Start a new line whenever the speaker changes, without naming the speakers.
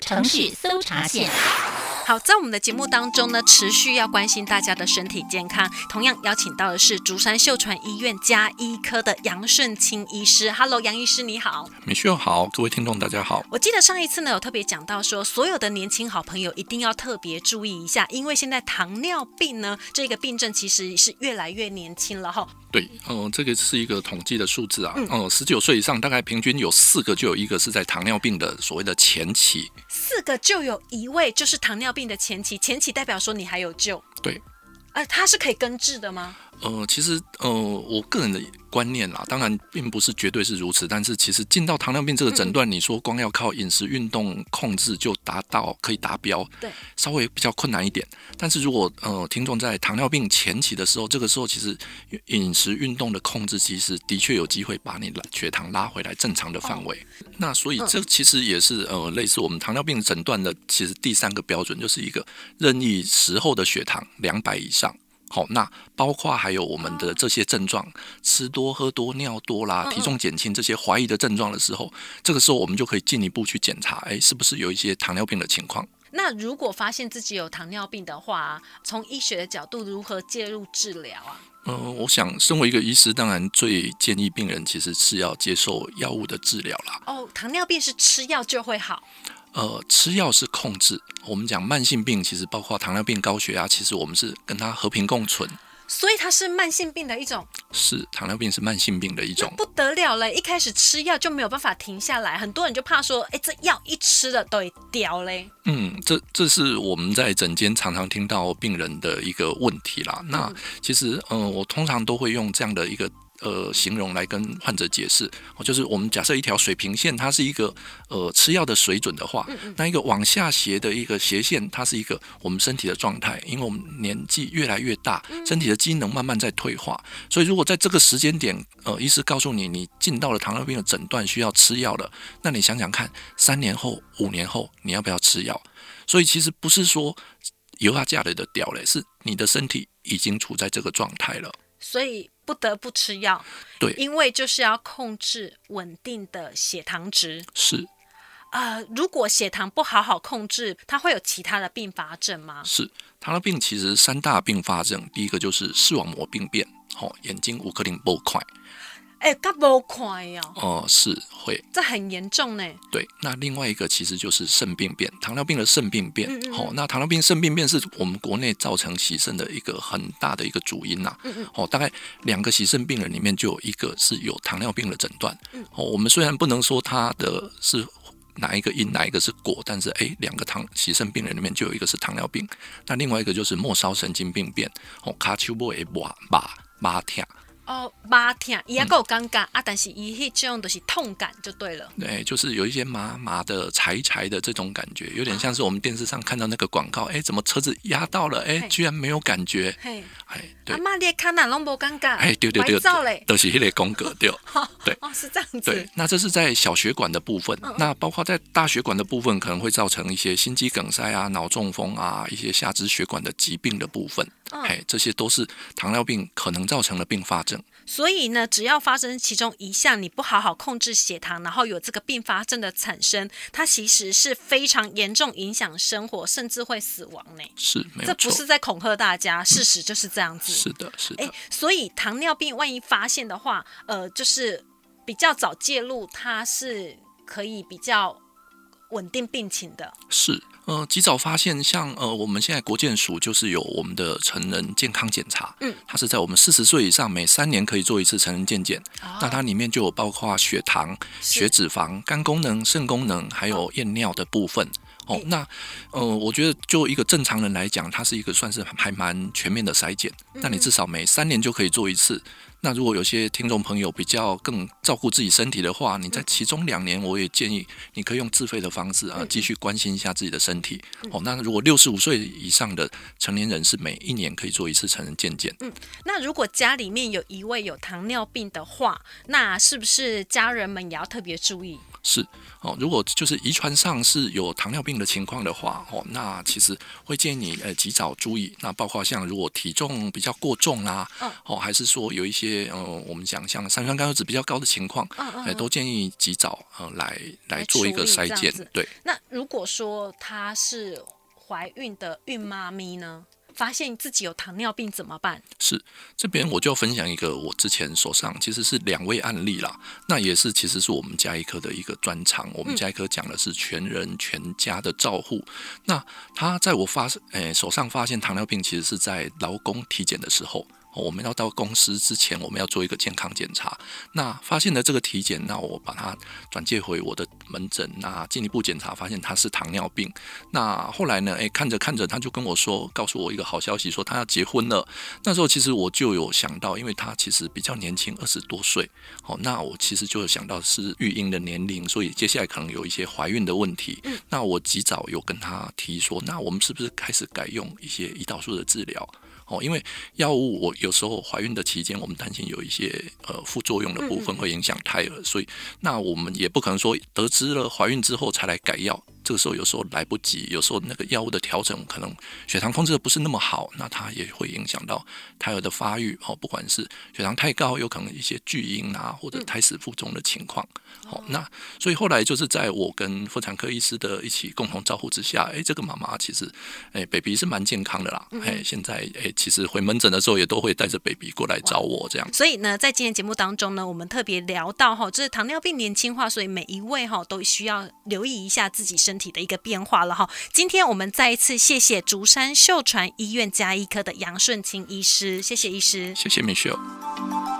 城市搜查线。
好，在我们的节目当中呢，持续要关心大家的身体健康。同样邀请到的是竹山秀传医院加医科的杨顺清医师。Hello，杨医师你好。
美秀好，各位听众大家好。
我记得上一次呢，有特别讲到说，所有的年轻好朋友一定要特别注意一下，因为现在糖尿病呢这个病症其实是越来越年轻了哈。
对，呃，这个是一个统计的数字啊，呃，十九岁以上大概平均有四个就有一个是在糖尿病的所谓的前期。
四个就有一位就是糖尿病的前期，前期代表说你还有救，
对，
呃，它是可以根治的吗？
呃，其实呃，我个人的观念啦，当然并不是绝对是如此，但是其实进到糖尿病这个诊断，你说光要靠饮食、运动控制就达到可以达标，
对，
稍微比较困难一点。但是如果呃，听众在糖尿病前期的时候，这个时候其实饮食、运动的控制，其实的确有机会把你的血糖拉回来正常的范围。那所以这其实也是呃，类似我们糖尿病诊断的，其实第三个标准就是一个任意时候的血糖两百以上。好，那包括还有我们的这些症状，吃多、喝多、尿多啦，体重减轻这些怀疑的症状的时候，这个时候我们就可以进一步去检查，哎，是不是有一些糖尿病的情况？
那如果发现自己有糖尿病的话，从医学的角度如何介入治疗啊？
呃，我想身为一个医师，当然最建议病人其实是要接受药物的治疗啦。
哦，糖尿病是吃药就会好，
呃，吃药是控制，我们讲慢性病，其实包括糖尿病、高血压，其实我们是跟它和平共存。
所以它是慢性病的一种，
是糖尿病是慢性病的一种，
不得了了。一开始吃药就没有办法停下来，很多人就怕说，哎，这药一吃了都会掉嘞。
嗯，这这是我们在诊间常常听到病人的一个问题啦。那其实，嗯、我通常都会用这样的一个呃形容来跟患者解释，哦就是我们假设一条水平线，它是一个呃吃药的水准的话，那一个往下斜的一个斜线，它是一个我们身体的状态，因为我们年纪越来越大，身体的机能慢慢在退化，所以如果在这个时间点，呃，医师告诉你你进到了糖尿病的诊断，需要吃药了，那你想想看，三年后、五年后你要不要吃药？所以其实不是说油压价了的掉嘞，是你的身体已经处在这个状态了。
所以不得不吃药，
对
因为就是要控制稳定的血糖值。
是
呃，如果血糖不好好控制，它会有其他的并发症吗？
是，糖尿病其实三大并发症，第一个就是视网膜病变，哦，眼睛五颗零不快，
哎，噶无快哦，
哦、是会
这很严重呢。
对，那另外一个其实就是肾病变，糖尿病的肾病变。
嗯嗯
哦，那糖尿病肾病变是我们国内造成洗肾的一个很大的一个主因呐、
嗯
哦，大概两个洗肾病人里面就有一个是有糖尿病的诊断。
嗯
哦，我们虽然不能说它的是。哪一个因，哪一个是果？但是诶，两个糖洗肾病人里面就有一个是糖尿病，那另外一个就是末梢神经病变，哦，卡丘波诶，麻麻麻痛，
哦，麻疼，伊也够尴尬啊，但是伊迄种就是痛感就对了。
对，哎就是有一些麻麻的、柴柴的这种感觉，有
啊
点像是我们电视上看到那个广告，哎，怎么车子压到了，哎
嘿，
居然没有感觉，
嘿，
哎，对
阿，妈你的看哪拢无尴尬，
哎，对对对，
照嘞。
都是那类宫 格对。
哦，是嗯这样
对
子。，
那这是在小血管的部分，那包括在大血管的部分，可能会造成一些心肌梗塞啊、脑中风啊、一些下肢血管的疾病的部分，
嗯
哎，这些都是糖尿病可能造成的并发症。
所以呢，只要发生其中一项你不好好控制血糖，然后有这个并发症的产生，它其实是非常严重影响生活，甚至会死亡呢。
是，没有
这不
错，
是在恐吓大家，事实就是这样子。
是的，是的。
哎，所以糖尿病万一发现的话，呃，就是比较早介入，它是可以比较稳定病情的。
是，呃，及早发现，像呃，我们现在国健署就是有我们的成人健康检查，
嗯，
它是在我们四十岁以上每三年可以做一次成人健检，那它里面就有包括血糖、
哦是哦
血脂肪、肝功能、肾功能，还有验尿的部分。哦
诶，
那呃，我觉得就一个正常人来讲，它是一个算是还蛮全面的筛检。
嗯
那你至少每三年就可以做一次。那如果有些听众朋友比较更照顾自己身体的话，你在其中两年，我也建议你可以用自费的方
嗯
式啊，继续关心一下自己的身体。哦，那如果六十五岁以上的成年人是每一年可以做一次成人健检。
嗯那如果家里面有一位有糖尿病的话，那是不是家人们也要特别注意？
是哦，如果就是遗传上是有糖尿病的情况的话，哦，那其实会建议你呃及早注意。那包括像如果体重比较过重啦、
嗯
哦，还是说有一些呃我们讲像三酸甘油脂比较高的情况，
嗯嗯
哎、都建议及早呃来
来
来做一个
处理这
筛
样
检
子，
对。
那如果说她是怀孕的孕妈咪呢，发现自己有糖尿病怎么办？
是，这边我就分享一个我之前手上其实是两位案例啦，那也是其实是我们家医科的一个专长，我们家医科讲的是全人全家的照护。那他在我发诶、手上发现糖尿病，其实是在劳工体检的时候。哦我们要到公司之前，我们要做一个健康检查。那发现了这个体检，那我把它转介回我的门诊，那进一步检查发现他是糖尿病。那后来呢？诶，看着看着，他就跟我说，告诉我一个好消息，说他要结婚了。那时候其实我就有想到，因为他其实比较年轻，二十多岁，哦，那我其实就有想到是育婴的年龄，所以接下来可能有一些怀孕的问题。那我及早有跟他提说，那我们是不是开始改用一些胰岛素的治疗？哦，因为药物，我有时候怀孕的期间，我们担心有一些呃副作用的部分会影响胎儿，所以那我们也不可能说得知了怀孕之后才来改药，这个时候有时候来不及，有时候那个药物的调整可能血糖控制的不是那么好，那它也会影响到胎儿的发育哦，不管是血糖太高，有可能一些巨婴啊或者胎死腹中的情况。好、那所以后来就是在我跟妇产科医师的一起共同照顾之下，哎，这个妈妈其实哎 baby 是蛮健康的啦，哎，现在哎其实回门诊的时候也都会带着 baby 过来找我这样。
所以呢，在今天节目当中呢，我们特别聊到哈，这是糖尿病年轻化，所以每一位哈都需要留意一下自己身体的一个变化了哈。今天我们再一次谢谢竹山秀传医院加医科的杨顺清医师，谢谢医师。
谢谢 Michelle。